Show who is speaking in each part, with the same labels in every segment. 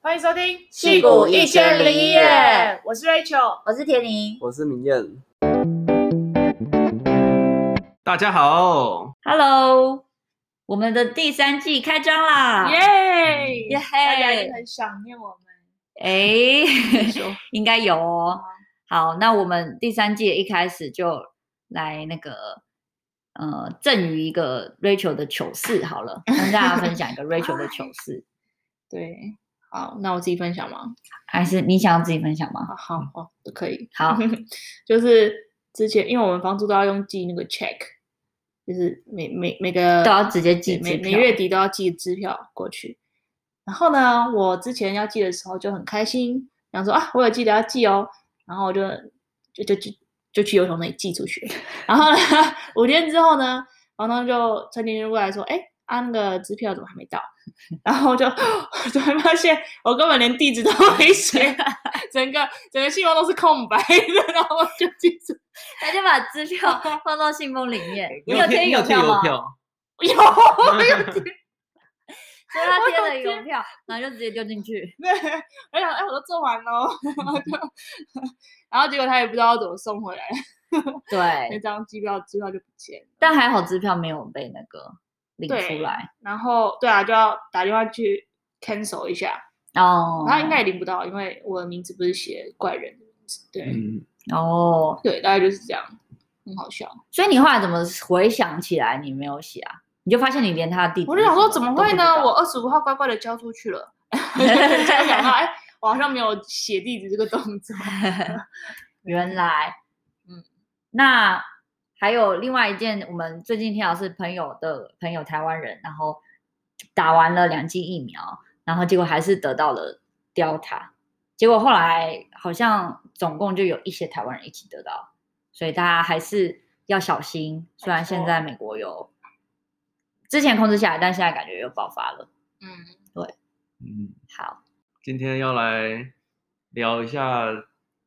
Speaker 1: 欢迎收听《
Speaker 2: 戏骨一千零一夜》，
Speaker 1: 我是 Rachel。
Speaker 2: 我是田宁
Speaker 3: 我是明艳，
Speaker 4: 大家好，
Speaker 2: ，Hello，我们的第三季开张啦！
Speaker 1: 耶
Speaker 2: 耶
Speaker 1: 大家也很想念我们。
Speaker 2: 哎，
Speaker 1: 说
Speaker 2: 应该有哦。好，那我们第三季一开始就来那个呃赠予一个 Rachel 的糗事好了，跟大家分享一个 Rachel 的糗事，
Speaker 1: 对，好，那我自己分享吗？
Speaker 2: 还是你想要自己分享吗？
Speaker 1: 啊，好好，可以。
Speaker 2: 嗯 好，
Speaker 1: 就是之前因为我们房租都要用寄那个 check，就是每每每个
Speaker 2: 都要直接寄
Speaker 1: 对每
Speaker 2: 支
Speaker 1: 每
Speaker 2: 票
Speaker 1: 月底都要寄支票过去。然后呢，我之前要寄的时候就很开心，想说啊，我有记得要寄哦，然后我就就就就就去邮筒那里寄出去。然后呢，五天之后呢，房东就传进过来说，哎，啊那个支票怎么还没到？然后我就 我突然发现，我根本连地址都没写，整个整个信封都是空白的，然后我就寄出
Speaker 2: 大家把支票放到信封里面。你
Speaker 4: 你
Speaker 2: 有
Speaker 4: 贴
Speaker 2: 贴
Speaker 4: 你有贴
Speaker 2: 票
Speaker 4: 邮
Speaker 2: 吗？
Speaker 4: 票？
Speaker 1: 有
Speaker 2: 所以他贴
Speaker 1: 有
Speaker 2: 了
Speaker 1: 贴
Speaker 2: 邮票，然后就直接丢进去。
Speaker 1: 对，我想，哎，我都做完喽，然 后就，然后结果他也不知道怎么送回来，那
Speaker 2: 对，
Speaker 1: 张机票支票就不见了。
Speaker 2: 但还好支票没有被那个领
Speaker 1: 对
Speaker 2: 出来。
Speaker 1: 然后，对啊，就要打电话去 cancel 一下，
Speaker 2: 哦，
Speaker 1: 然后应该也领不到，因为我的名字不是写怪人的名字。对、
Speaker 4: 嗯，
Speaker 2: 哦，
Speaker 1: 对，大概就是这样，很好笑。
Speaker 2: 所以你后来怎么回想起来你没有写啊？你就发现你连他的地址，
Speaker 1: 我就想说，怎么会呢？我二十五号乖乖的交出去了， 就想到，哎，我好像没有写地址这个动作。
Speaker 2: 原来，嗯，那还有另外一件，我们最近听到是朋友的朋友台湾人，然后打完了两剂疫苗，然后结果还是得到了 Delta，结果后来好像总共就有一些台湾人一起得到，所以大家还是要小心。虽然现在美国有之前控制下来，但现在感觉又爆发了。
Speaker 1: 嗯，
Speaker 4: 嗯，
Speaker 2: 好，
Speaker 4: 今天要来聊一下，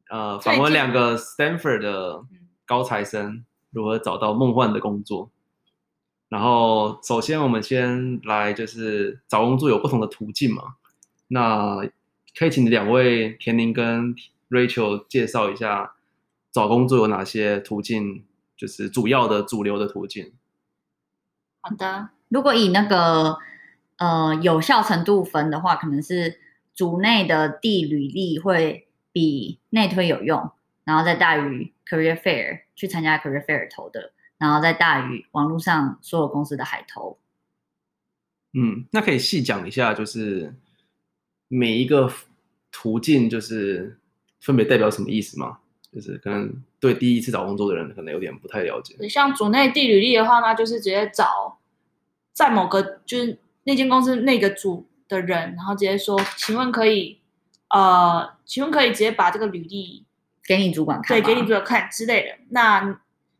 Speaker 4: 呃，
Speaker 1: 最
Speaker 4: 访问
Speaker 1: 近嗯
Speaker 4: 两个 Stanford 的高材生如何找到梦幻的工作。然后，首先我们先来就是找工作有不同的途径嘛。那可以请两位田宁跟 Rachel 介绍一下找工作有哪些途径，就是主要的主流的途径。
Speaker 1: 好的，
Speaker 2: 如果以那个呃有效程度分的话，可能是组内的地履历会比内推有用，然后再大于 Career Fair 去参加 Career Fair 投的，然后再大于网络上所有公司的海投。
Speaker 4: 嗯，那可以细讲一下，就是每一个途径，就是分别代表什么意思吗？就是可能对第一次找工作的人可能有点不太了解。
Speaker 1: 像组内地履历的话呢，就是直接找在某个就是那间公司那个组的人，然后直接说，请问可以呃，请问可以直接把这个履历
Speaker 2: 给你主管看嗯
Speaker 1: 对
Speaker 2: 吗，
Speaker 1: 给你主管看之类的。那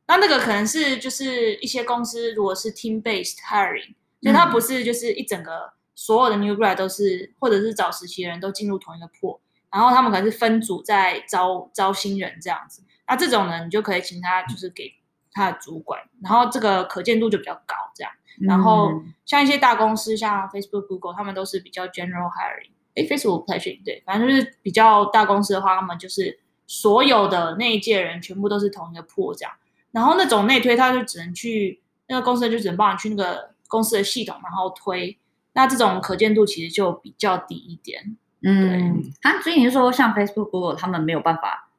Speaker 1: 那那个可能是就是一些公司如果是 team based hiring，所以它
Speaker 2: 嗯
Speaker 1: 不是就是一整个所有的 new grad 都是或者是找实习的人都进入同一个 pool，然后他们可能是分组在招招新人这样子。那这种呢，你就可以请他就是给他的主管，然后这个可见度就比较高这样。然后
Speaker 2: 嗯
Speaker 1: 像一些大公司，像 Facebook、Google，他们都是比较 general hiring。诶 f a c e b o o k 不太确定，对，反正就是比较大公司的话，他们就是所有的那一届人全部都是同一个 pool 这样。然后那种内推，他就只能去那个公司就只能帮你去那个公司的系统，然后推。那这种可见度其实就比较低一点。
Speaker 2: 嗯，啊，所以你是说像 Facebook、Google 他们没有办法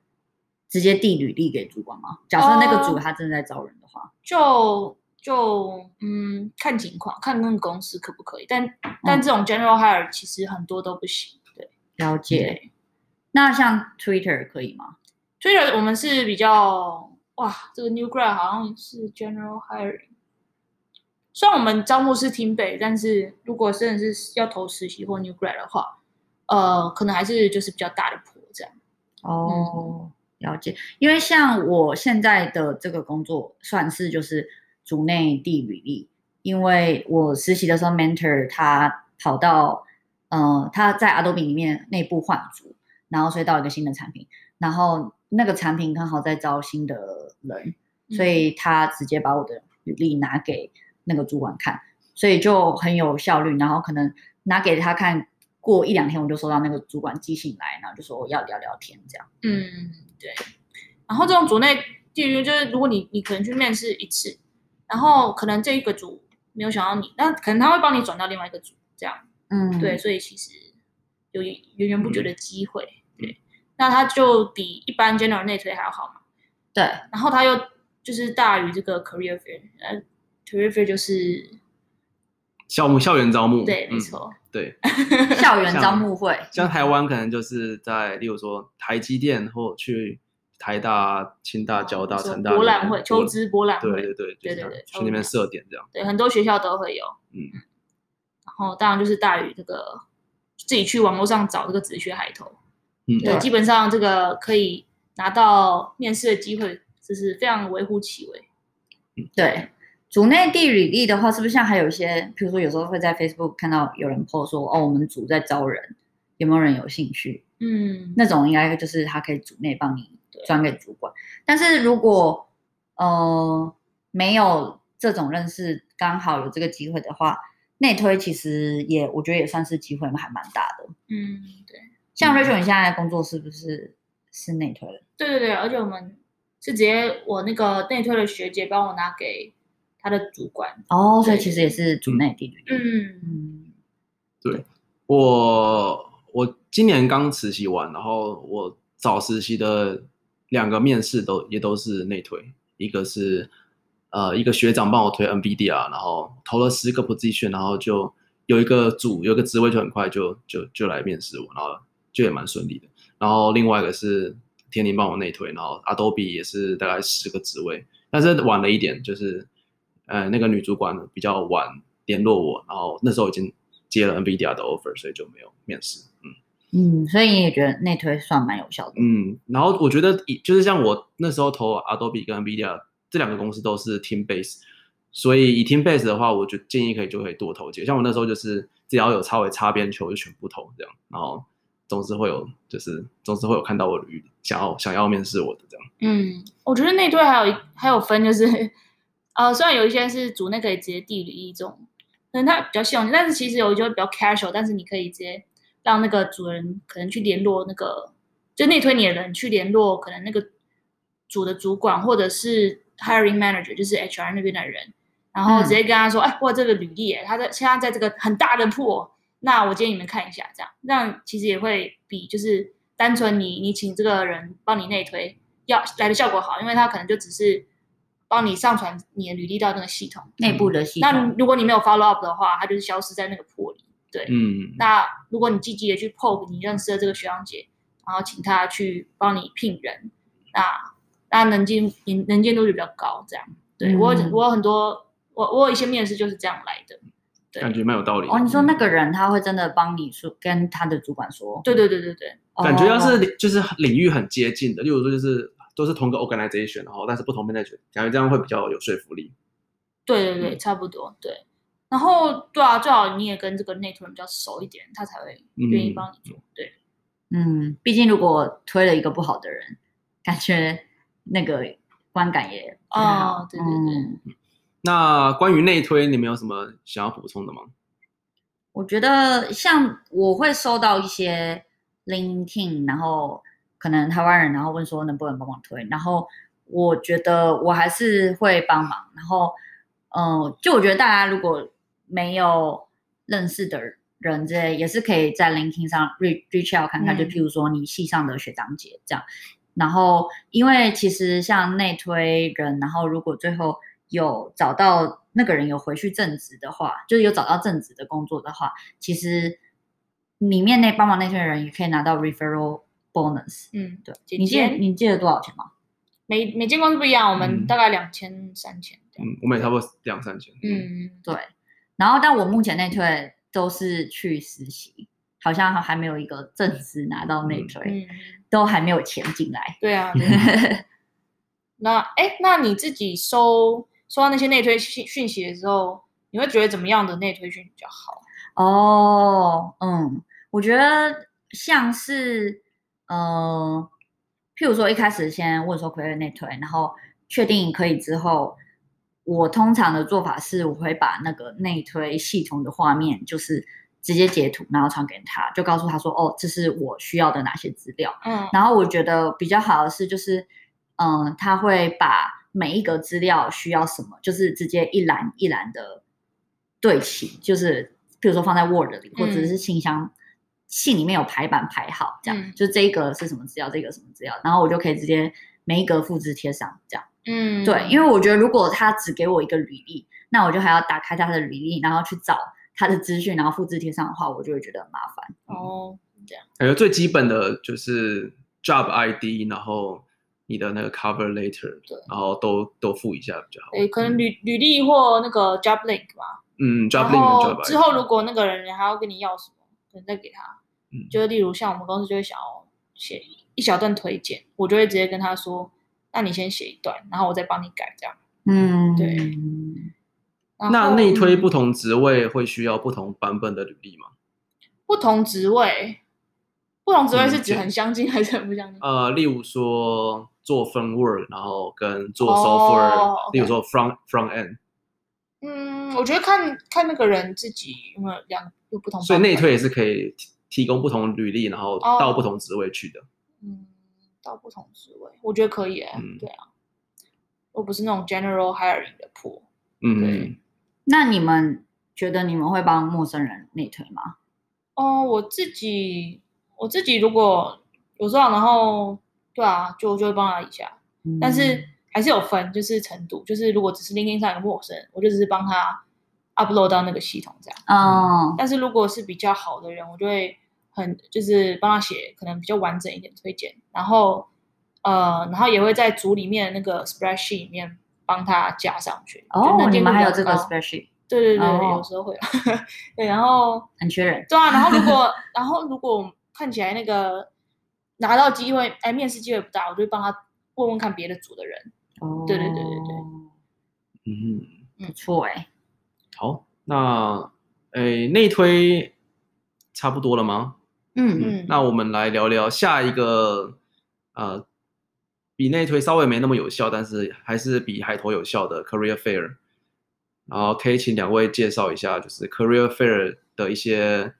Speaker 2: 直接递履历给主管吗？假设那个组
Speaker 1: 呃
Speaker 2: 他正在招人的话，
Speaker 1: 就就嗯，看情况，看那个公司可不可以。但但
Speaker 2: 嗯
Speaker 1: 这种 general hire 其实很多都不行。对
Speaker 2: 了解。那像 Twitter 可以吗？
Speaker 1: ，Twitter 我们是比较哇，这个 new grad 好像是 general hiring。虽然我们招募是 team base，但是如果真的是要投实习或 new grad 的话，呃，可能还是就是比较大的坡这样。
Speaker 2: 哦，了解。因为像我现在的这个工作，算是就是组内地履历，因为我实习的时候，mentor 他跑到，呃，他在 Adobe 里面内部换组，然后所以到一个新的产品，然后那个产品刚好在招新的人，所以他直接把我的履历拿给那个主管看，所以就很有效率。然后可能拿给他看过一两天我就收到那个主管寄信来，然后就说我要聊聊天这样。
Speaker 1: 嗯，对。然后这种组内地域就是，如果你你可能去面试一次，然后可能这一个组没有想到你，但可能他会帮你转到另外一个组，这样
Speaker 2: 嗯
Speaker 1: 对。所以其实有源源不
Speaker 4: 嗯
Speaker 1: 绝的机会，对。那它就比一般 general 内推还要好嘛。
Speaker 2: 对，
Speaker 1: 然后它又就是大于这个 career fair，呃，career fair 就是
Speaker 4: 校募校园招募，
Speaker 1: 对，没
Speaker 4: 嗯，
Speaker 1: 错，
Speaker 4: 对，
Speaker 2: 校园招募会，
Speaker 4: 像台湾可能就是在，例如说台积电或去台大、清大、交大、
Speaker 1: 说
Speaker 4: 成大
Speaker 1: 哦博
Speaker 4: 那
Speaker 1: 览
Speaker 4: 边
Speaker 1: 会、
Speaker 4: 博
Speaker 1: 求职博览
Speaker 4: 对
Speaker 1: 会，
Speaker 4: 对对，
Speaker 1: 对
Speaker 4: 就是
Speaker 1: 对
Speaker 4: 他
Speaker 1: 对
Speaker 4: 去那边设点这样，
Speaker 1: 对，很多学校都会有，
Speaker 4: 嗯，
Speaker 1: 然后当然就是大于这个自己去网络上找这个职缺海投，
Speaker 4: 嗯，
Speaker 1: 对，
Speaker 2: 对
Speaker 1: 基本上这个可以拿到面试的机会，就是非常微乎其微。
Speaker 2: 对，组内地履历的话，是不是像还有一些，比如说有时候会在 Facebook 看到有人 po 说，哦，我们组在招人，有没有人有兴趣？
Speaker 1: 嗯，
Speaker 2: 那种应该就是他可以组内帮你转给主管。但是如果呃没有这种认识，刚好有这个机会的话，内推其实也我觉得也算是机会还蛮大的。
Speaker 1: 嗯，对，
Speaker 2: 像
Speaker 4: 嗯
Speaker 2: Rachel，你现在的工作是不是是内推了？
Speaker 1: 对对对，而且我们是直接我那个内推的学姐帮我拿给她的主管，
Speaker 2: 哦，所以
Speaker 1: 对
Speaker 2: 其实也是组内地理。
Speaker 1: 嗯
Speaker 2: 嗯，
Speaker 4: 我我今年刚实习完，然后我早实习的两个面试都也都是内推，一个是呃一个学长帮我推 NVIDIA，然后投了十个 position，然后就有一个组有一个职位就很快就就就来面试我，然后就也蛮顺利的。然后另外一个是天宁帮我内推，然后 Adobe 也是大概十个职位，但是晚了一点，就是呃那个女主管比较晚联络我，然后那时候已经接了 NVIDIA 的 offer，所以就没有面试。嗯
Speaker 2: 嗯，所以你也觉得内推算蛮有效的。
Speaker 4: 嗯，然后我觉得以就是像我那时候投 Adobe 跟 NVIDIA 这两个公司都是 team base，所以以 team base 的话，我就建议可以就可以多投几个。像我那时候就是只要有稍微擦边球就全部投这样，然后总是会有就是总是会有看到我的履历想要想要面试我的这样。
Speaker 1: 嗯，我觉得内推还有一还有分就是，呃，虽然有一些是组内可以直接地履一种，可能它比较系统性，但是其实有一些会比较 casual，但是你可以直接让那个主人可能去联络那个就内推你的人去联络可能那个组的主管或者是 hiring manager，就是 HR 那边的人，然后直接跟他说，哎，我有这个履历耶，他在现在在这个很大的破，那我建议你们看一下，这样，这样其实也会比就是单纯你你请这个人帮你内推要来的效果好，因为他可能就只是帮你上传你的履历到那个系统。
Speaker 2: 内部的系统，
Speaker 1: 那如果你没有 follow up 的话，它就是消失在那个破里。
Speaker 4: 嗯，
Speaker 1: 那如果你积极的去 poke 你认识的这个学长姐，然后请他去帮你聘人，那那能见能能见度就比较高。这样，对、我有
Speaker 2: 嗯
Speaker 1: 我有很多我我有一些面试就是这样来的。对
Speaker 4: 感觉蛮有道理的。
Speaker 2: 哦，你说那个人他会真的帮你说跟他的主管说，
Speaker 1: 对对对对对，
Speaker 4: 感觉要
Speaker 2: 哦
Speaker 4: 是就是领域很接近的，例如说就是都是同个 organization，然后但是不同 manager，感觉这样会比较有说服力。
Speaker 1: 对对
Speaker 2: 嗯
Speaker 1: 对，差不多对。然后对啊，最好你也跟这个内推人比较熟一点，他才会愿意
Speaker 4: 嗯
Speaker 1: 帮你做。对，
Speaker 2: 嗯，毕竟如果推了一个不好的人，感觉那个观感也不太好
Speaker 1: 哦对对对
Speaker 2: 嗯
Speaker 4: 那关于内推，你们有什么想要补充的吗？
Speaker 2: 我觉得像我会收到一些 LinkedIn，然后可能台湾人，然后问说能不能帮忙推，然后我觉得我还是会帮忙，然后嗯、呃就我觉得大家如果没有认识的人之类，也是可以在 LinkedIn 上 re- reach out 看看，就
Speaker 1: 嗯
Speaker 2: 譬如说你系上的学长姐这样，然后，因为其实像内推人，然后如果最后有找到那个人有回去正职的话，就是有找到正职的工作的话，其实里面那帮忙内推的人也可以拿到 referral bonus。
Speaker 1: 嗯，
Speaker 2: 对，
Speaker 1: 姐
Speaker 2: 你记得
Speaker 1: 姐
Speaker 2: 你记得多少钱吗？
Speaker 1: 每每间公司不一样，我
Speaker 4: 嗯
Speaker 1: 们大概两千三千这样。
Speaker 4: 嗯，我们也差不多两三千。，
Speaker 1: 嗯，
Speaker 2: 对，然后但我目前内推都是去实习，好像还没有一个正职拿到内推，
Speaker 1: 嗯，
Speaker 2: 都还没有钱进来。
Speaker 1: 对啊。对啊那哎，那你自己收收到那些内推讯讯息的时候，你会觉得怎么样的内推讯比较好？
Speaker 2: 哦，嗯，我觉得像是，呃，譬如说一开始先问说可不可以内推，然后确定可以之后，我通常的做法是我会把那个内推系统的画面就是直接截图，然后传给他，就告诉他说，哦，这是我需要的哪些资料。
Speaker 1: 嗯
Speaker 2: 然后我觉得比较好的是，就是嗯、呃他会把每一个资料需要什么，就是直接一栏一栏的对齐，就是比如说放在 Word 里，或者
Speaker 1: 嗯
Speaker 2: 是信箱。信里面有排版排好，这样、
Speaker 1: 嗯
Speaker 2: 就这一个是什么资料，这个什么资料，然后我就可以直接每一个复制贴上，这样。
Speaker 1: 嗯，
Speaker 2: 对，因为我觉得如果他只给我一个履历，那我就还要打开他的履历，然后去找他的资讯，然后复制贴上的话，我就会觉得很麻烦。
Speaker 1: 哦，
Speaker 4: 感觉最基本的就是 job ID，然后你的那个 cover letter，
Speaker 1: 对
Speaker 4: 然后都都附一下比较好。
Speaker 1: 诶，可能履履历或那个 job link 吧。
Speaker 4: 嗯
Speaker 1: 然
Speaker 4: ，job link 跟 job
Speaker 1: 后
Speaker 4: ID
Speaker 1: 之后如果那个人还要跟你要什么，可能再给他。
Speaker 4: 嗯
Speaker 1: 就例如像我们公司就会想要写一小段推荐，我就会直接跟他说，那你先写一段，然后我再帮你改这样。
Speaker 2: 嗯
Speaker 1: 对然
Speaker 4: 那
Speaker 1: 后
Speaker 4: 内推不同职位会需要不同版本的履历吗？
Speaker 1: 不同职位，不同职位是
Speaker 4: 嗯
Speaker 1: 指
Speaker 4: 对
Speaker 1: 很相近还是很不相近？
Speaker 4: 呃，例如说做 firmware，然后跟做
Speaker 1: 哦
Speaker 4: software，、
Speaker 1: OK
Speaker 4: 例如说 front front end，
Speaker 1: 嗯，我觉得看看那个人自己有没有两有不同版本，
Speaker 4: 所以内推也是可以提提供不同履历，然后
Speaker 1: 哦
Speaker 4: 到不同职位去的。
Speaker 1: 嗯，到不同职位，我觉得可以、欸，
Speaker 4: 嗯
Speaker 1: 对啊，我不是那种 general hiring 的铺，对
Speaker 4: 嗯，
Speaker 2: 那你们觉得你们会帮陌生人内推吗？
Speaker 1: 哦，我自己我自己如果有时候，然后对啊，就就会帮他一下，但
Speaker 2: 嗯
Speaker 1: 是还是有分，就是程度，就是如果只是 LinkedIn 上有陌生人，我就只是帮他 upload 到那个系统这样，
Speaker 2: 嗯，哦，
Speaker 1: 但是如果是比较好的人，我就会很就是帮他写可能比较完整一点推荐，然后呃，然后也会在组里面的那个 spreadsheet 里面帮他加上去。就
Speaker 2: 哦，
Speaker 1: 能
Speaker 2: 你
Speaker 1: 见
Speaker 2: 们
Speaker 1: 度
Speaker 2: 还
Speaker 1: 比
Speaker 2: 有
Speaker 1: 较
Speaker 2: 这个
Speaker 1: 高
Speaker 2: spreadsheet，
Speaker 1: 对对对，
Speaker 2: 哦
Speaker 1: 有时候会 有。对，然后
Speaker 2: 很缺人。
Speaker 1: 对啊，然后如果然后如果看起来那个拿到机会，哎，面试机会不大，我就会帮他问问看别的组的人。
Speaker 2: 哦
Speaker 1: 对对对对对
Speaker 4: 嗯，
Speaker 2: 不错哎、
Speaker 4: 好，那诶内推差不多了吗？
Speaker 2: 嗯
Speaker 1: 嗯
Speaker 4: 那我们来聊聊下一个，呃，比内推稍微没那么有效，但是还是比海投有效的 Career Fair。然后可以请两位介绍一下，就是 Career Fair 的一些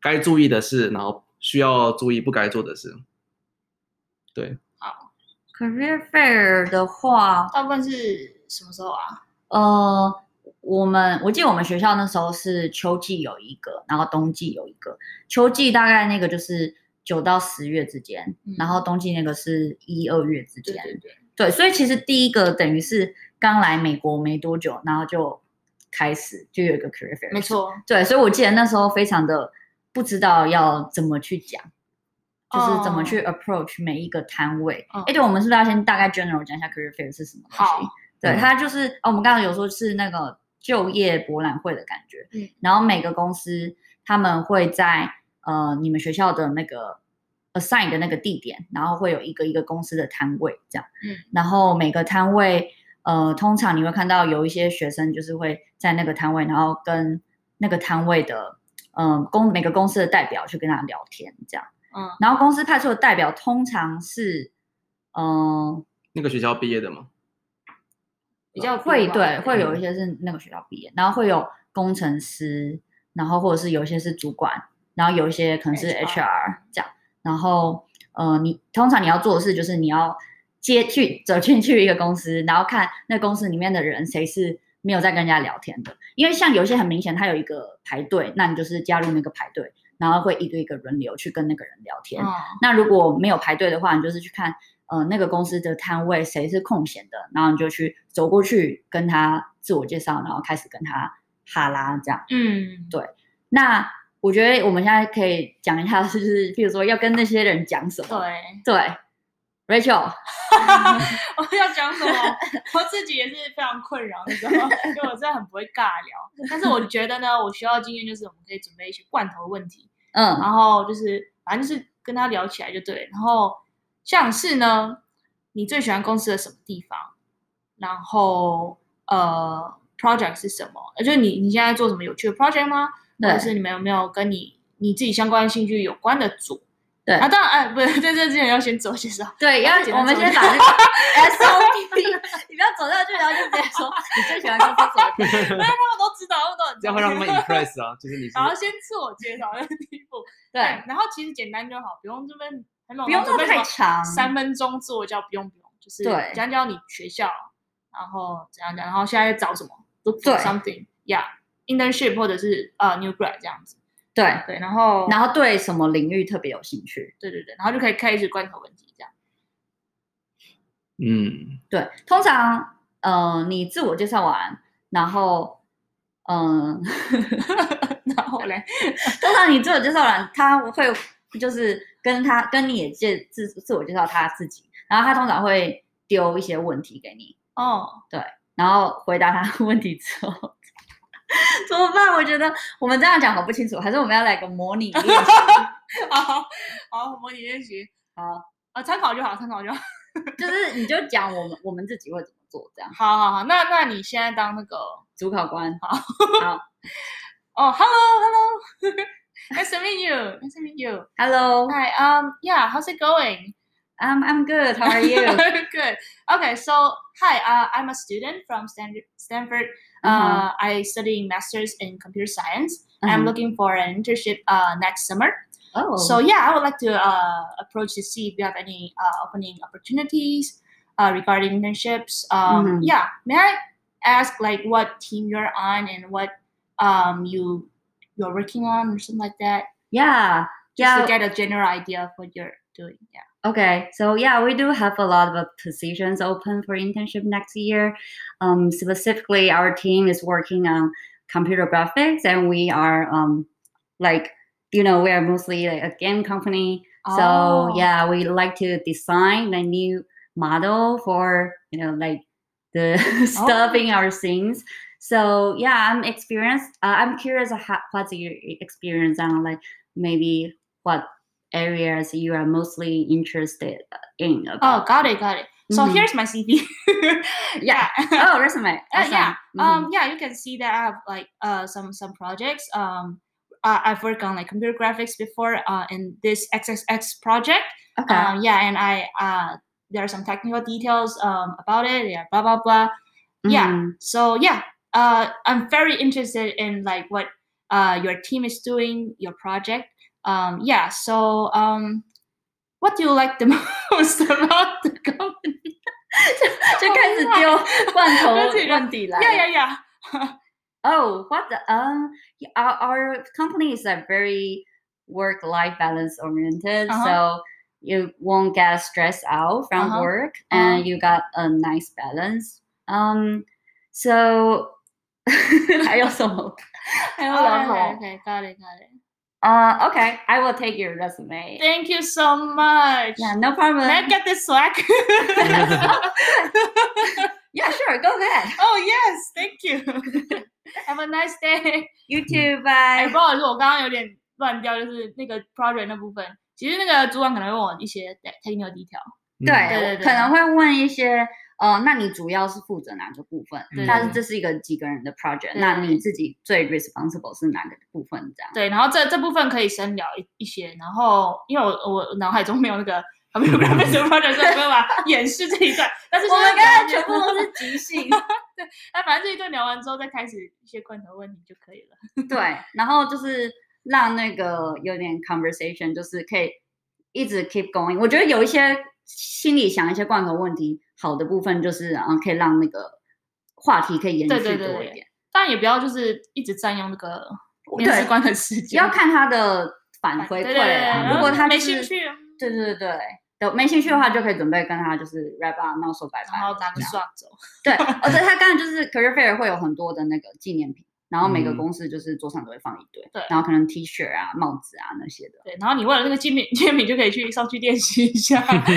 Speaker 4: 该注意的事，然后需要注意不该做的事。
Speaker 2: ，career fair 的话，
Speaker 1: 大部分是什么时候啊？
Speaker 2: 呃，我们我记得我们学校那时候是秋季有一个，然后冬季有一个。秋季大概那个就是九到十月之间，
Speaker 1: 嗯
Speaker 2: 然后冬季那个是一二月之
Speaker 1: 对
Speaker 2: 间。
Speaker 1: 对对，
Speaker 2: 对，所以其实第一个等于是刚来美国没多久，然后就开始就有一个 career fair。
Speaker 1: 没。错，
Speaker 2: 对，所以我记得那时候非常的不知道要怎么去讲，就是怎么去 approach 每一个摊位。哎、
Speaker 1: 哦嗯
Speaker 2: 对，我们是不是要先大概 general 讲一下 career fair 是什么东西？
Speaker 1: 好，
Speaker 2: 对，
Speaker 4: 嗯
Speaker 2: 它就是、哦、我们刚刚有说是那个就业博览会的感觉，
Speaker 1: 嗯，
Speaker 2: 然后每个公司他们会在呃你们学校的那个 assign 的那个地点，然后会有一个一个公司的摊位这样，
Speaker 1: 嗯，
Speaker 2: 然后每个摊位呃通常你会看到有一些学生就是会在那个摊位，然后跟那个摊位的嗯、呃公每个公司的代表去跟他聊天这样，
Speaker 1: 嗯，
Speaker 2: 然后公司派出的代表通常是嗯。呃
Speaker 4: 那个学校毕业的嘛，
Speaker 1: 比较啊多
Speaker 2: 会
Speaker 1: 吧
Speaker 2: 对，会有
Speaker 4: 嗯
Speaker 2: 一些是那个学校毕业，然后会有工程师，然后或者是有一些是主管，然后有一些可能是
Speaker 1: HR
Speaker 2: HR 这样，然后呃，你通常你要做的事就是你要接去走进去一个公司，然后看那公司里面的人谁是没有在跟人家聊天的，因为像有一些很明显他有一个排队，那你就是加入那个排队，然后会一个一个轮流去跟那个人聊天，
Speaker 1: 嗯
Speaker 2: 那如果没有排队的话，你就是去看呃那个公司的摊位谁是空闲的，然后你就去走过去跟他自我介绍，然后开始跟他哈拉这样。
Speaker 1: 嗯，
Speaker 2: 对那我觉得我们现在可以讲一下，就是比如说要跟那些人讲什么。
Speaker 1: 对，
Speaker 2: 对 r a c h e l
Speaker 1: 我要讲什么？我自己也是非常困扰 那时候，因为我真的很不会尬聊。但是我觉得呢，我学到的经验就是我们可以准备一些罐头问题，
Speaker 2: 嗯
Speaker 1: 然后就是反正就是跟他聊起来就对了。然后像是呢，你最喜欢公司的什么地方？然后呃，project 是什么？呃就是你你现在做什么有趣的 project 吗？或
Speaker 2: 对
Speaker 1: 者是你们有没有跟你你自己相关兴趣有关的组？
Speaker 2: 对
Speaker 1: 啊，当然，哎，不是，在这之前要先自我介绍。
Speaker 2: 对，要
Speaker 1: 还是简单
Speaker 2: 我们
Speaker 1: 总
Speaker 2: 先
Speaker 1: 结
Speaker 2: 把这个 SOP，你不 要走下去，然后就直接说你最喜欢公司什么？
Speaker 1: 对，他们都知道，他们都很
Speaker 4: 这样会让他们 impress 啊，就是你是
Speaker 1: 然后先自我介绍，这是第一步。哎
Speaker 2: 对，，
Speaker 1: 然后其实简单就好，不用这边很猛，
Speaker 2: 不用
Speaker 1: 准
Speaker 2: 做
Speaker 1: 备
Speaker 2: 太
Speaker 1: 什
Speaker 2: 长
Speaker 1: 么。三分钟自我介绍，不用不用，就是
Speaker 2: 对
Speaker 1: 讲讲你学校，然后怎样讲，然后现在在找什么，look
Speaker 2: 对
Speaker 1: for something，yeah，internship 或者是呃 new grad 这样子。
Speaker 2: 对，
Speaker 1: 对，然后
Speaker 2: 然后对什么领域特别有兴趣？
Speaker 1: 对对对，然后就可以开始关口问题这样。
Speaker 4: 嗯，
Speaker 2: 对，通常呃，你自我介绍完，然后嗯、
Speaker 1: 然后嘞，
Speaker 2: 通常你自我介绍完，他会就是跟他跟你也介自自我介绍他自己，然后他通常会丢一些问题给你，
Speaker 1: 哦，
Speaker 2: 然后回答他 的问题之后，怎么办？我觉得我们这样讲好不清楚，还是我们要来个模拟练习？
Speaker 1: 好好，模拟练习，
Speaker 2: 好，
Speaker 1: 啊，参考就好，参考就好。
Speaker 2: 就是你就讲我们我们自己会怎么做，这样
Speaker 1: 好好好，那那你现在当那个
Speaker 2: 主考官好，
Speaker 1: 哦，hello hello，nice to meet you，nice to meet you。
Speaker 2: ，Hello，I'm
Speaker 1: Hi, um, yeah, how's it going?
Speaker 2: I'm good. How are you？
Speaker 1: Good. Okay, so hi, uh, I'm a student from Stanford. Stanford. Uh, I studying masters in computer science. I'm looking for an internship uh, next summer.
Speaker 2: oh
Speaker 1: So yeah, I would like to uh, approach to see if you have any uh, opening opportunities uh, regarding internships. Um,
Speaker 2: Mhm.
Speaker 1: Yeah, may I ask like what team you're on and what um, you you're working on or something like that,
Speaker 2: yeah
Speaker 1: just
Speaker 2: yeah
Speaker 1: to get a general idea of what you're doing. Yeah.
Speaker 2: Okay, so yeah, we do have a lot of positions open for internship next year. Um, specifically, our team is working on computer graphics, and we are um, like you know we are mostly like a game company.
Speaker 1: Oh.
Speaker 2: So yeah, we like to design the new model for you know like the stuff in our scenes. So yeah, I'm experienced. Uh, I'm curious how, what's your e-, experience on like maybe what areas you are mostly interested in.
Speaker 1: Oh,
Speaker 2: About.
Speaker 1: got it, got it. Mm-hmm. So
Speaker 2: Mhm.
Speaker 1: here's my CV. yeah.
Speaker 2: Oh, resume.
Speaker 1: Uh, yeah.
Speaker 2: Awesome.
Speaker 1: Um, yeah, you can see that I have like uh, some some projects. Um, uh, I've worked on like computer graphics before uh, in this XXX project.
Speaker 2: Mhm. okay.
Speaker 1: Um, yeah, and I uh, there are some technical details um, about it. Yeah, blah blah blah. yeah.
Speaker 2: Mhm.
Speaker 1: So yeah, uh, I'm very interested in like what uh, your team is doing, your project. Um, yeah. So um, what do you like the most about the company?
Speaker 2: 就开 始丢罐头问题来了。
Speaker 1: Yeah, yeah, yeah.
Speaker 2: Oh, what the um yeah, our, our company is like very work life balance oriented.
Speaker 1: Uh-huh.
Speaker 2: So you won't get stressed out from
Speaker 1: Uh-huh.
Speaker 2: work
Speaker 1: Uh-huh.
Speaker 2: and you got a nice balance. Um so 还有什 么？还有
Speaker 1: Alright,
Speaker 2: 什么
Speaker 1: okay, got it, got it.
Speaker 2: 呃 OK, I will take your resume.
Speaker 1: Thank you so much.
Speaker 2: Yeah, no problem.
Speaker 1: May I get this slack?
Speaker 2: Yeah, sure, go ahead.
Speaker 1: oh yes, thank you. Have a nice day.
Speaker 2: You too,
Speaker 1: 哎，
Speaker 2: bye.
Speaker 1: 不好意思，我刚刚有点乱掉，就是那个 project 那部分。其实那个主管可能会问我一些 technical detail。
Speaker 4: 嗯
Speaker 1: 对对
Speaker 2: 对，
Speaker 1: 对
Speaker 2: 可能会问一些，呃，那你主要是负责哪个部分？
Speaker 1: 对
Speaker 2: 但是
Speaker 4: 嗯
Speaker 2: 这是一个几个人的 project，
Speaker 1: 对
Speaker 2: 那你自己最 responsible 是哪个部分？这样。
Speaker 1: 对，然后这这部分可以深聊一一些。然后因为我我脑海中没有那个 computer graphics project，所以没有办法演示这 一段。但是
Speaker 2: 我们
Speaker 1: 就是
Speaker 2: 刚才
Speaker 1: 了解
Speaker 2: 全部都是即 兴，
Speaker 1: 那反正这一段聊完之后，再开始一些罐头问题就可以了。
Speaker 2: 对，然后就是让那个有点 conversation，就是可以一直 keep going。我觉得有一些心里想一些罐头问题，好的部分就是，嗯，可以让那个话题可以延
Speaker 1: 对
Speaker 2: 续
Speaker 1: 对对
Speaker 2: 多
Speaker 1: 对
Speaker 2: 一点。
Speaker 1: 但也不要就是一直占用那个面
Speaker 2: 对
Speaker 1: 试官的时间，
Speaker 2: 要看他的反
Speaker 1: 对
Speaker 2: 回
Speaker 1: 对
Speaker 2: 馈
Speaker 1: 对嗯
Speaker 2: 啊，如果他
Speaker 1: 没
Speaker 2: 就
Speaker 1: 兴
Speaker 2: 是
Speaker 1: 趣，
Speaker 2: 对对对，有没兴趣的话就可以准备跟他就是 wrap up，那说拜拜
Speaker 1: 然后
Speaker 2: 了
Speaker 1: 拿个
Speaker 2: 这样。
Speaker 1: 刷走。
Speaker 2: 对，而且他刚才就是 career fair 会有很多的那个纪念品，然后每个
Speaker 4: 嗯
Speaker 2: 公司就是桌上都会放一堆，
Speaker 1: 对
Speaker 2: 然后可能 T 恤啊、帽子啊那些的。
Speaker 1: 对，然后你为了那个纪 念纪念品就可以去上去练习一下。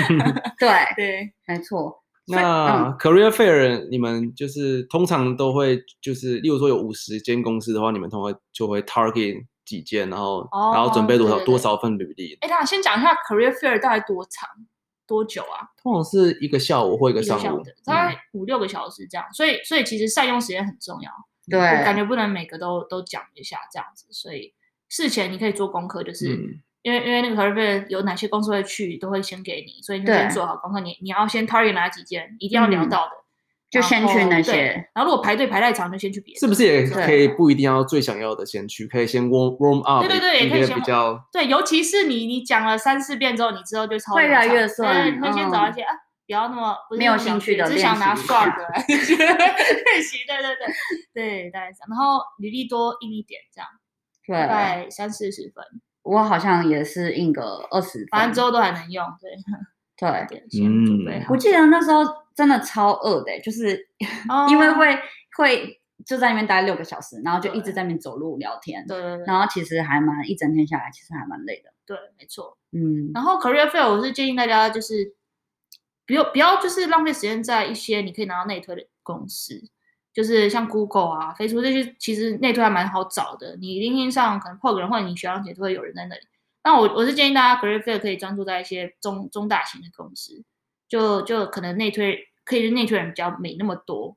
Speaker 2: 对，
Speaker 1: 对，
Speaker 2: 没错。所以
Speaker 4: 那
Speaker 1: 嗯
Speaker 4: career fair 你们就是通常都会就是，例如说有五十间公司的话，你们通常就会 target 几间，然后、
Speaker 1: 哦
Speaker 4: 然后准备多少
Speaker 1: 对对对
Speaker 4: 多少份履历，
Speaker 1: 哎，那先讲一下 career fair 大概多长多久啊？
Speaker 4: 通常是一个下午或一
Speaker 1: 一
Speaker 4: 个
Speaker 1: 个
Speaker 4: 上
Speaker 1: 下
Speaker 4: 午嗯
Speaker 1: 午的，，
Speaker 2: 嗯
Speaker 1: 大概五六个小时这样。所以，所以其实善用时间很重要，
Speaker 2: 对，
Speaker 1: 感觉不能每个都都讲一下这样子。所以事前你可以做功课，就是
Speaker 4: 嗯，
Speaker 1: 因因为因为那个 career fair 有哪些公司会去，都会先给你，所以你先
Speaker 2: 对
Speaker 1: 做好功课，你你要先 target 哪几件，一定要聊
Speaker 2: 嗯
Speaker 1: 到的，
Speaker 2: 就
Speaker 1: 然
Speaker 2: 先去
Speaker 1: 后
Speaker 2: 那
Speaker 1: 对
Speaker 2: 些。
Speaker 1: 然后如果排队排太长，就先去别的。
Speaker 4: 是不是也
Speaker 1: 对
Speaker 4: 可以不一定要最想要的先去，可以先 warm warm up
Speaker 1: 对对对也可以
Speaker 4: 一些
Speaker 1: 先
Speaker 4: 比较
Speaker 1: 对，尤其是你你讲了三四遍之后，你之后就超
Speaker 5: 会越来
Speaker 1: 流畅
Speaker 5: 越顺
Speaker 1: 对，你会先找一
Speaker 2: 嗯
Speaker 1: 些、啊，不要那么不是
Speaker 2: 没有
Speaker 1: 那么想
Speaker 2: 兴趣的
Speaker 1: 学只想拿
Speaker 2: 练习一
Speaker 1: swag 来练习， 对对对对，大概是这样。然后履历多印一点，这样大
Speaker 2: 对，
Speaker 1: 概三四十分，
Speaker 2: 我好像也是印个二十分，
Speaker 1: 反正之后都还能用。对，
Speaker 2: 对。
Speaker 1: 点先准备
Speaker 4: 嗯
Speaker 1: 好
Speaker 2: 我记得那时候真的超饿的欸、就是 因为
Speaker 1: 哦
Speaker 2: 会会就在那边待六个小时，然后就一直
Speaker 1: 对
Speaker 2: 在那边走路聊天，
Speaker 1: 对对对
Speaker 2: 然后其实还蛮一整天下来，其实还蛮累的。
Speaker 1: 对，没错。
Speaker 2: 嗯，
Speaker 1: 然后 career fair 我是建议大家就是不要不要就是浪费时间在一些你可以拿到内推的公司，就是像 Google 啊、Facebook 这些，其实内推还蛮好找的。你 LinkedIn 上可能破个人或者你学长姐都会有人在那里。那我我是建议大家 career fair 可以专注在一些中中大型的公司，就就可能内推可以内推人比较没那么多，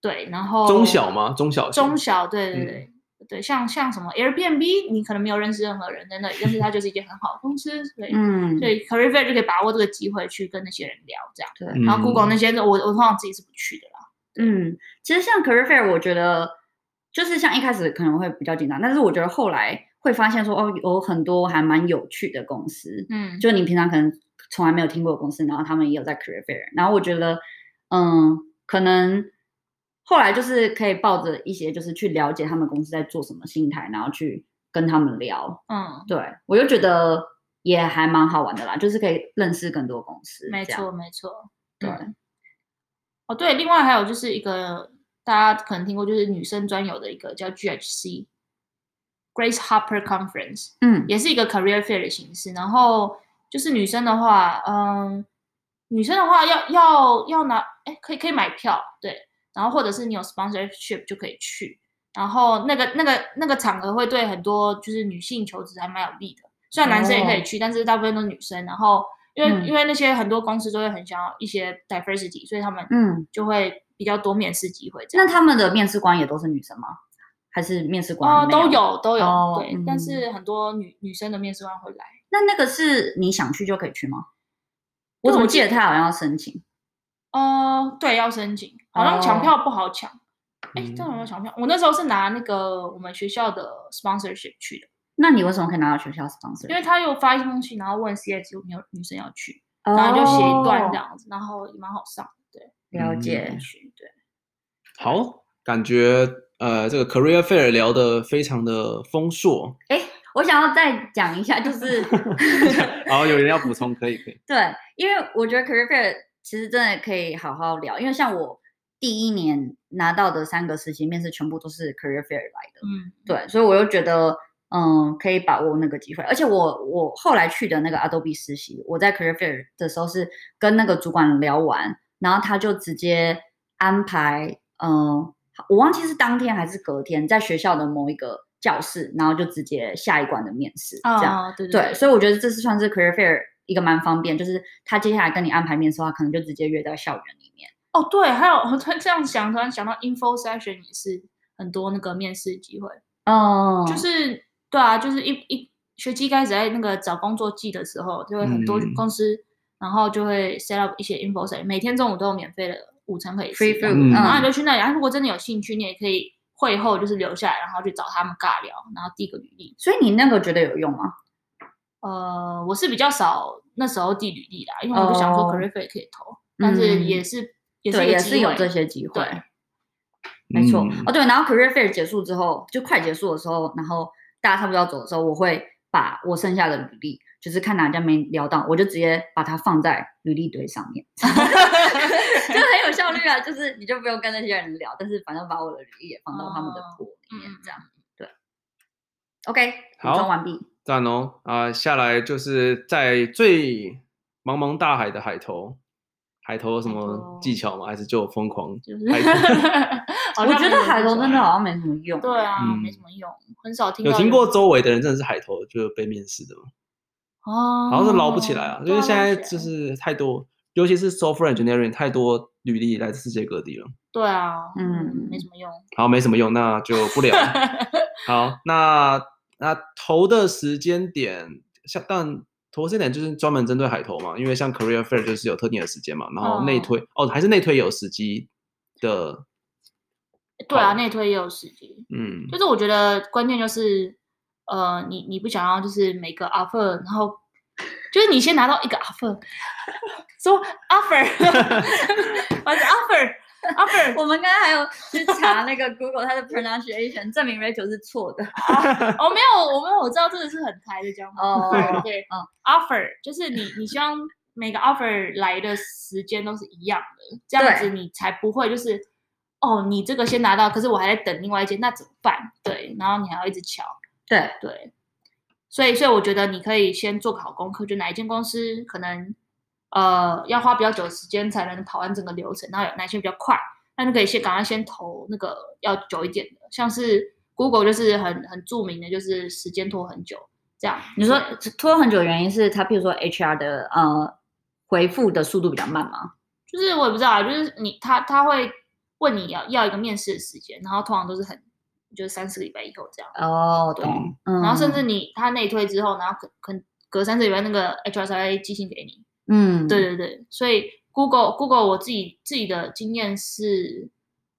Speaker 1: 对，然后
Speaker 4: 中小吗？嗯中小型
Speaker 1: 中小，对对对、对，像像什么 Airbnb，你可能没有认识任何人 在那里，但是它就是一间很好的公司，对，
Speaker 2: 嗯，
Speaker 1: 所以 career fair 就可以把握这个机会去跟那些人聊，这样。
Speaker 2: 对，
Speaker 4: 嗯
Speaker 1: 然后 Google 那些，我我通常自己是不去的啦。
Speaker 2: 嗯，其实像 career fair，我觉得就是像一开始可能会比较紧张，但是我觉得后来会发现说，哦，有很多还蛮有趣的公司，
Speaker 1: 嗯，
Speaker 2: 就你平常可能从来没有听过的公司，然后他们也有在 career fair，然后我觉得，嗯，可能后来就是可以抱着一些就是去了解他们公司在做什么心态，然后去跟他们聊，
Speaker 1: 嗯，
Speaker 2: 对我就觉得也还蛮好玩的啦，就是可以认识更多公司，
Speaker 1: 没
Speaker 2: 这样，
Speaker 1: 错没错。
Speaker 2: 对，
Speaker 1: 哦，对，另外还有就是一个大家可能听过，就是女生专有的一个叫 GHC，Grace Hopper Conference，
Speaker 2: 嗯
Speaker 1: 也是一个 career fair 的形式。然后就是女生的话，嗯，女生的话要要要拿，哎，可以可以买票，对，然后或者是你有 sponsorship 就可以去。然后那个那个那个场合会对很多就是女性求职还蛮有利的，虽然男生也可以去，但是大部分都是女生。然后因为、
Speaker 2: 哦嗯
Speaker 1: 因为那些很多公司都会很想要一些 diversity，所以他们
Speaker 2: 嗯。
Speaker 1: 就会比较多面试机会这样。
Speaker 2: 那他们的面试官也都是女生吗？还是面试官
Speaker 1: 哦，
Speaker 2: 没
Speaker 1: 都？有都有，
Speaker 2: 哦
Speaker 1: 对，但
Speaker 2: 嗯
Speaker 1: 是很多女女生的面试官会来。
Speaker 2: 那那个是你想去就可以去吗？
Speaker 1: 对
Speaker 2: 我怎么
Speaker 1: 我记
Speaker 2: 记得他好像要申请？
Speaker 1: 哦，对，要申请，好像抢
Speaker 2: 哦
Speaker 1: 票不好抢。哎、真的有没有
Speaker 4: 嗯
Speaker 1: 抢票？我那时候是拿那个我们学校的 sponsorship 去的，
Speaker 2: 那你为什么可以拿到学校 sponsor？
Speaker 1: 因为他又发一封信，然后问 CS 有没有女生要去，
Speaker 2: 然
Speaker 1: 然后就写一
Speaker 2: 哦
Speaker 1: 段这样子，然后也蛮好上的，对，
Speaker 2: 了
Speaker 1: 也
Speaker 2: 解，
Speaker 1: 去对。
Speaker 4: 好，感觉呃这个 career fair 聊得非常的丰硕，
Speaker 2: 我想要再讲一下，就是
Speaker 4: 然后有人要补充，可以可以，
Speaker 2: 对，因为我觉得 career fair 其实真的可以好好聊，因为像我第一年拿到的三个实习面试，全部都是 career fair 来的。
Speaker 1: 嗯，
Speaker 2: 对，所以我就觉得，嗯，可以把握那个机会。而且我我后来去的那个 Adobe 实习，我在 Career Fair 的时候是跟那个主管聊完，然后他就直接安排，嗯，我忘记是当天还是隔天，在学校的某一个教室，然后就直接下一关的面试，这样。
Speaker 1: 啊，对
Speaker 2: 对，
Speaker 1: 对，
Speaker 2: 所以我觉得这是算是 Career Fair 一个蛮方便，就是他接下来跟你安排面试的话，可能就直接约到校园里面。
Speaker 1: 哦对，还有我突然这样想，突然想到 info session 也是很多那个面试机会，
Speaker 2: 哦，
Speaker 1: 就是对啊，就是一一学期开始在那个找工作季的时候，就会很多
Speaker 4: 嗯
Speaker 1: 公司，然后就会 set up 一些 info set，每天中午都有免费的午餐可以吃
Speaker 2: free
Speaker 1: 这样
Speaker 4: 嗯
Speaker 2: food，
Speaker 1: 然后
Speaker 2: 嗯
Speaker 1: 你就去那里，啊，如果真的有兴趣，你也可以会后就是留下来，然后去找他们尬聊，然后递个履历。
Speaker 2: 所以你那个觉得有用吗？
Speaker 1: 呃，我是比较少那时候递履历啦，因为我就想说
Speaker 2: 哦
Speaker 1: career fair 也可以投，但是
Speaker 2: 嗯
Speaker 1: 也是也是
Speaker 2: 对，
Speaker 1: 一个
Speaker 2: 也
Speaker 1: 机
Speaker 2: 是有
Speaker 1: 会
Speaker 2: 这些机会
Speaker 1: 对。
Speaker 2: 没错。
Speaker 4: 嗯
Speaker 2: 哦，对，然后 career fair 结束之后，就快结束的时候，然后大家差不多要走的时候，我会把我剩下的履历，就是看哪家没聊到，我就直接把它放在履历堆上 面，就很有效率啊。就是你就不用跟那些人聊，但是反正把我的履历也放到他们的
Speaker 1: 哦
Speaker 2: 铺里面
Speaker 1: 嗯，
Speaker 2: 这样对。OK，补
Speaker 4: 好
Speaker 2: 充完毕。
Speaker 4: 赞哦啊、下来就是在最茫茫大海的海头，海头有什
Speaker 1: 海
Speaker 4: 么
Speaker 1: 头
Speaker 4: 技巧吗？还是就疯狂？
Speaker 1: 就是
Speaker 4: 海豚
Speaker 1: 好
Speaker 2: 我
Speaker 1: 像
Speaker 2: 觉
Speaker 1: 没
Speaker 2: 得
Speaker 1: 有
Speaker 2: 海
Speaker 1: 多
Speaker 2: 头
Speaker 1: 久
Speaker 2: 真的好像没什么用。
Speaker 1: 啊对啊，没
Speaker 4: 嗯
Speaker 1: 什么用，很少听
Speaker 4: 有
Speaker 1: 到
Speaker 4: 听
Speaker 1: 人
Speaker 4: 过周围的人真的是海头，就是被面试的吗？
Speaker 1: 哦，
Speaker 4: 好像是捞不起来啊，因
Speaker 1: 对
Speaker 4: 为
Speaker 1: 啊
Speaker 4: 现
Speaker 1: 捞不
Speaker 4: 在
Speaker 1: 起
Speaker 4: 就
Speaker 1: 来
Speaker 4: 是太多，尤其是 software engineering 太多履历来自世界各地了。
Speaker 1: 对啊，嗯
Speaker 2: 嗯，
Speaker 1: 没什么用。
Speaker 4: 好，没什么用，那就不聊了。好，那那投的时间点像但投资点就是专门针对海投嘛，因为像 Career Fair 就是有特定的时间嘛，然后内推哦还是内推也有时机的，
Speaker 1: 对啊，
Speaker 4: 好
Speaker 1: 内推也有时机，
Speaker 4: 嗯，
Speaker 1: 就是我觉得关键就是，呃，你你不想要就是每个 offer，然后就是你先拿到一个 offer，说 offer，我是 offer，offer，
Speaker 2: 我们刚刚还有去查那个 Google 它的 pronunciation，证明 Rachel 是错 的。
Speaker 1: 我没有，我没有，我知道这个是很台的讲法，
Speaker 2: 哦
Speaker 1: 对对，
Speaker 2: 嗯
Speaker 1: ，offer 就是你你希望每个 offer 来的时间都是一样的，这样子
Speaker 2: 对
Speaker 1: 你才不会就是。哦，你这个先拿到，可是我还在等另外一件，那怎么办？对，然后你还要一直瞧，
Speaker 2: 对，
Speaker 1: 对，所以所以我觉得你可以先做个好功课，就哪一间公司可能呃要花比较久的时间才能跑完整个流程，然后有哪一些比较快，那你可以先赶快先投那个要久一点的，像是 Google 就是很很著名的，就是时间拖很久这样。
Speaker 2: 你说
Speaker 1: 对
Speaker 2: 拖很久的原因是它，譬如说 HR 的呃回复的速度比较慢吗？
Speaker 1: 就是我也不知道啊，就是你他他会问你要要一个面试的时间，然后通常都是很就是三四个礼拜以后这样。
Speaker 2: 哦，
Speaker 1: 对
Speaker 2: 懂。嗯，
Speaker 1: 然后甚至你他内推之后，然后可可隔三四个礼拜那个 HR 才会寄信给你，
Speaker 2: 嗯，
Speaker 1: 对对对，所以 Google Google 我自己自己的经验是，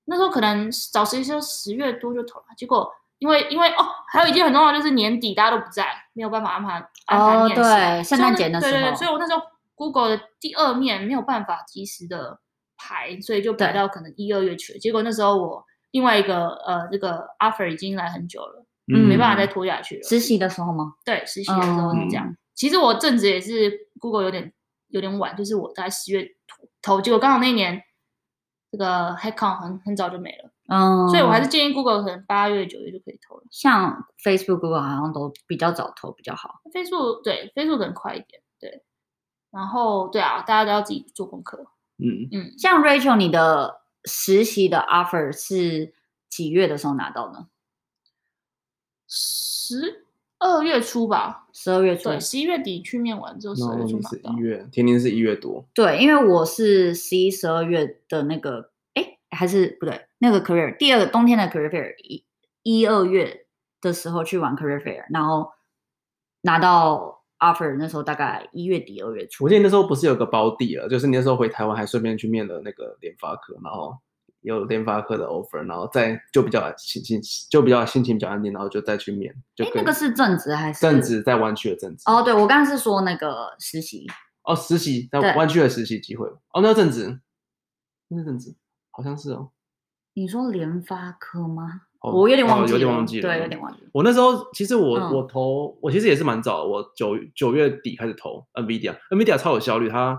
Speaker 1: 那时候可能找实习生十月多就投了，结果因为因为哦，还有一件很重要的就是年底大家都不在，没有办法安排安排
Speaker 2: 哦
Speaker 1: 面试，
Speaker 2: 对
Speaker 1: 所以
Speaker 2: 圣诞
Speaker 1: 我那
Speaker 2: 节那
Speaker 1: 对
Speaker 2: 时
Speaker 1: 对对，
Speaker 2: 候
Speaker 1: 所以我那时候 Google 的第二面没有办法及时的排，所以就排
Speaker 2: 对
Speaker 1: 到可能一二月去了，结果那时候我另外一个呃这个 offer 已经来很久了，
Speaker 2: 嗯
Speaker 1: 没办法再拖下去了，
Speaker 2: 实习的时候吗？
Speaker 1: 对，实习的时候是这样。
Speaker 2: 嗯
Speaker 1: 其实我正职也是 Google 有点有点晚，就是我在十月投，结果刚好那一年这个 Hackon 很很早就没了，
Speaker 2: 嗯，
Speaker 1: 所以我
Speaker 4: 哦
Speaker 1: 还是建议 Google 可能八月九月就可以投了。
Speaker 2: 像 Facebook、Google 好像都比较早投比较好。
Speaker 1: 飞速对飞速可能快一点，对。然后对啊，大家都要自己做功课。
Speaker 4: 嗯，
Speaker 1: 嗯，
Speaker 2: 像 Rachel，你的实习的 offer 是几月的时候拿到呢？
Speaker 1: 十二月初吧，
Speaker 2: 十二月初。
Speaker 1: 对，十一月底去面完之后，
Speaker 4: 嗯
Speaker 1: 十
Speaker 4: 那
Speaker 1: 二
Speaker 4: 我
Speaker 1: 月初
Speaker 4: 们
Speaker 1: 拿
Speaker 4: 是
Speaker 1: 到
Speaker 4: 一。月，天天是一月多，
Speaker 2: 对，因为我是十一、十二月的那个，哎，还是不对，那个 career 第二个冬天的 career fair 一一二月的时候去玩 career fair，然后拿到 offer，那时候大概一月底二月初
Speaker 4: 我。记得你那时候不是有个包地了，就是你那时候回台湾还顺便去面了那个联发科，然后有联发科的 offer，然后再就比较心情就比较心情比较安定，然后就再去面，就
Speaker 2: 哎，
Speaker 4: 可
Speaker 2: 那
Speaker 4: 以
Speaker 2: 个是正职还是
Speaker 4: 正？职在湾区的正职
Speaker 2: 哦，对，我刚刚是说那个实习，
Speaker 4: 哦，实习在
Speaker 2: 对
Speaker 4: 湾区的实习机会哦，那正职，那正职好像是哦。
Speaker 2: 你说联发科吗？
Speaker 4: 哦
Speaker 2: 我有点
Speaker 4: 哦
Speaker 2: 忘记了，
Speaker 4: 有点忘记了，
Speaker 2: 对，有点忘记了。
Speaker 4: 我那时候其实我、
Speaker 2: 嗯
Speaker 4: 我投我其实也是蛮早的，我九九月底开始投 NVIDIA，NVIDIA 超有效率，它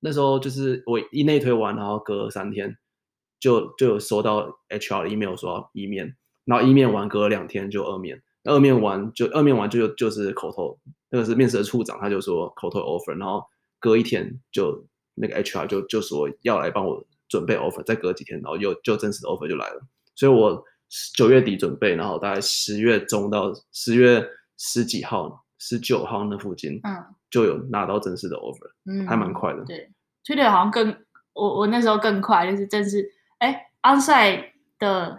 Speaker 4: 那时候就是我一内推完，然后隔三天就就有收到 HR 的 email 说要一面，然后一面完隔两天就二面，二面完就二面完就就是口头那个是面试的处长，他就说口头有 offer，然后隔一天就那个 HR 就就说要来帮我准备 offer，再隔几天，然后又就真实的 offer 就来了。所以我九月底准备，然后大概十月中到十月十几号、十九号那附近，
Speaker 1: 嗯
Speaker 4: 就有拿到正式的 offer，
Speaker 1: 嗯，
Speaker 4: 还蛮快的。
Speaker 1: 对，Twitter 好像更我我那时候更快，就是正是哎 onsite 的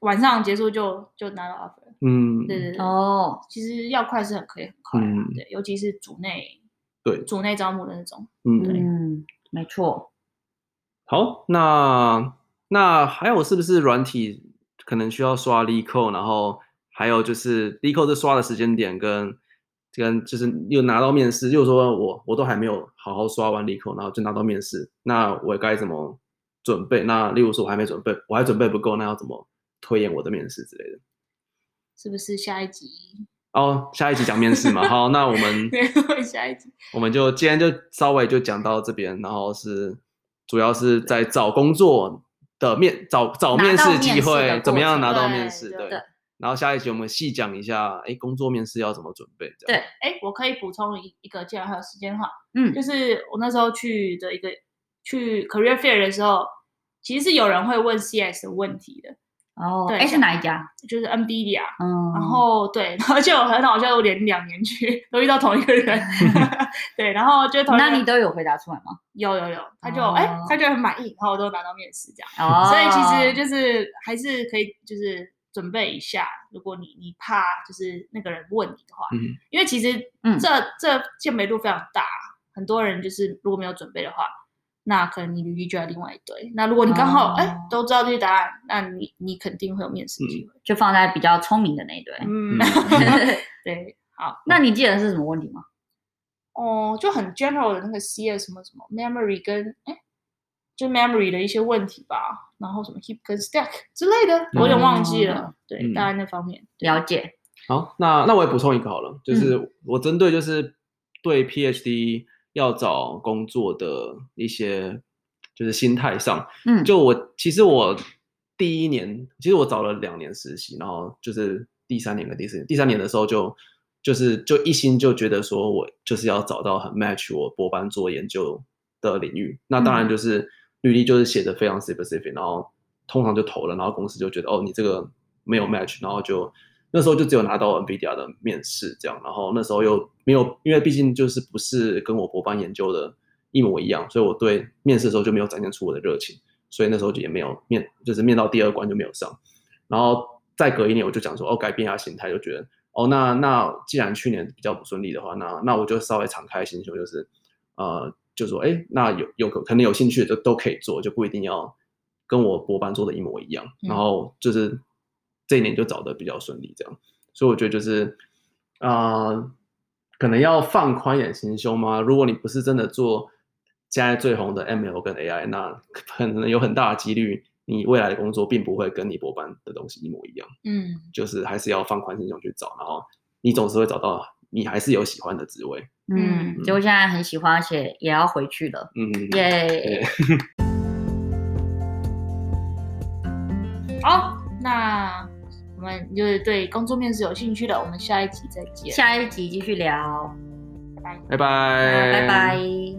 Speaker 1: 晚上结束就就拿到 offer 了。
Speaker 4: 嗯，
Speaker 1: 对对对，
Speaker 2: 哦，
Speaker 1: 其实要快是很可以很快的啊、
Speaker 4: 嗯
Speaker 1: 对，尤其是组内
Speaker 4: 对
Speaker 1: 组内招募的那种。
Speaker 4: 嗯，
Speaker 2: 嗯，没错，
Speaker 4: 好，那那还有是不是软体可能需要刷 l e c o 然后还有就是 l e c o 这刷的时间点跟跟就是又拿到面试，又说我我都还没有好好刷完 l e c o 然后就拿到面试，那我该怎么准备？那例如说我还没准备，我还准备不够，那要怎么推演我的面试之类的？
Speaker 1: 是不是下一集？
Speaker 4: 哦，下一集讲面试嘛，好，那我们
Speaker 1: 对，下一集。
Speaker 4: 我们就今天就稍微就讲到这边，然后是主要是在找工作的面找找
Speaker 2: 拿
Speaker 4: 面
Speaker 2: 到
Speaker 4: 试机
Speaker 2: 面试的
Speaker 4: 会，
Speaker 2: 过
Speaker 4: 怎么样
Speaker 2: 程
Speaker 4: 拿到
Speaker 1: 对
Speaker 4: 面试？
Speaker 1: 对
Speaker 4: 对
Speaker 2: 对。
Speaker 4: 然后下一集我们细讲一下，哎，工作面试要怎么准备？这样
Speaker 2: 对
Speaker 1: 哎，我可以补充一一个，既然还有时间的话，
Speaker 2: 嗯
Speaker 1: 就是我那时候去的一个去 career fair 的时候，其实是有人会问 CS 的问题的，
Speaker 2: 哦，
Speaker 1: 对
Speaker 2: 哎，是
Speaker 1: 像
Speaker 2: 哪一家？
Speaker 1: 就是 NVIDIA，
Speaker 2: 嗯，
Speaker 1: 然后对，而且我很好笑，我连两年去都遇到同一 个人，对，然后就同一个
Speaker 2: 那你都有回答出来吗？
Speaker 1: 有有有，他就哎、
Speaker 2: 哦
Speaker 1: 他就很满意，然后我都拿到面试这样，
Speaker 2: 哦
Speaker 1: 所以其实就是还是可以就是准备一下，如果你你怕就是那个人问你的话，
Speaker 4: 嗯，
Speaker 1: 因为其实
Speaker 3: 嗯
Speaker 1: 这、这健美路非常大，很多人就是如果没有准备的话，那可能你履历就在另外一堆。那如果你刚好哎、
Speaker 2: 哦
Speaker 1: 都知道这些答案，那你你肯定会有面试机会。
Speaker 3: 就放在比较聪明的那一堆。
Speaker 1: 嗯，对，好，
Speaker 3: 那你记得是什么问题吗？
Speaker 1: 哦，就很 general 的那个 CS 什么什么 memory 跟哎，就 memory 的一些问题吧，然后什么 hip 跟 stack 之类的，我有点忘记了。对，
Speaker 4: 嗯
Speaker 1: 大概那方面。
Speaker 3: 了解，
Speaker 4: 好，那那我也补充一个好了，
Speaker 2: 嗯
Speaker 4: 就是我针对就是对 PhD 要找工作的一些就是心态上，
Speaker 3: 嗯，
Speaker 4: 就我其实我第一年，其实我找了两年实习，然后就是第三年跟第四年，第三年的时候就就是就一心就觉得说我就是要找到很 match 我博班做研究的领域。那当然就是履历就是写的非常 specific，然后通常就投了，然后公司就觉得哦你这个没有 match，然后就那时候就只有拿到 NVIDIA 的面试这样，然后那时候又没有，因为毕竟就是不是跟我博班研究的一模一样，所以我对面试的时候就没有展现出我的热情。所以那时候就也没有面，就是面到第二关就没有上。然后再隔一年，我就讲说，哦，改变一下心态，就觉得，哦，那那既然去年比较不顺利的话，那那我就稍微敞开心胸，就是，呃，就说，哎，那有有可可能有兴趣的就都可以做，就不一定要跟我博班做的一模一样。
Speaker 1: 嗯
Speaker 4: 然后就是这一年就找的比较顺利，这样。所以我觉得就是，呃，可能要放宽一点心胸吗？如果你不是真的做现在最红的 ML 跟 AI，那可能有很大的几率，你未来的工作并不会跟你博班的东西一模一样。
Speaker 1: 嗯
Speaker 4: 就是还是要放宽心胸去找，然后你总是会找到你还是有喜欢的职位。
Speaker 3: 嗯，
Speaker 1: 嗯
Speaker 3: 结果现在很喜欢，而且也要回去了，
Speaker 4: 嗯，嗯嗯
Speaker 3: 耶
Speaker 4: 对！
Speaker 1: 好，那我们就是对工作面试有兴趣的，我们下一集再见。
Speaker 3: 下一集继续聊，
Speaker 4: 拜拜，
Speaker 3: 拜拜。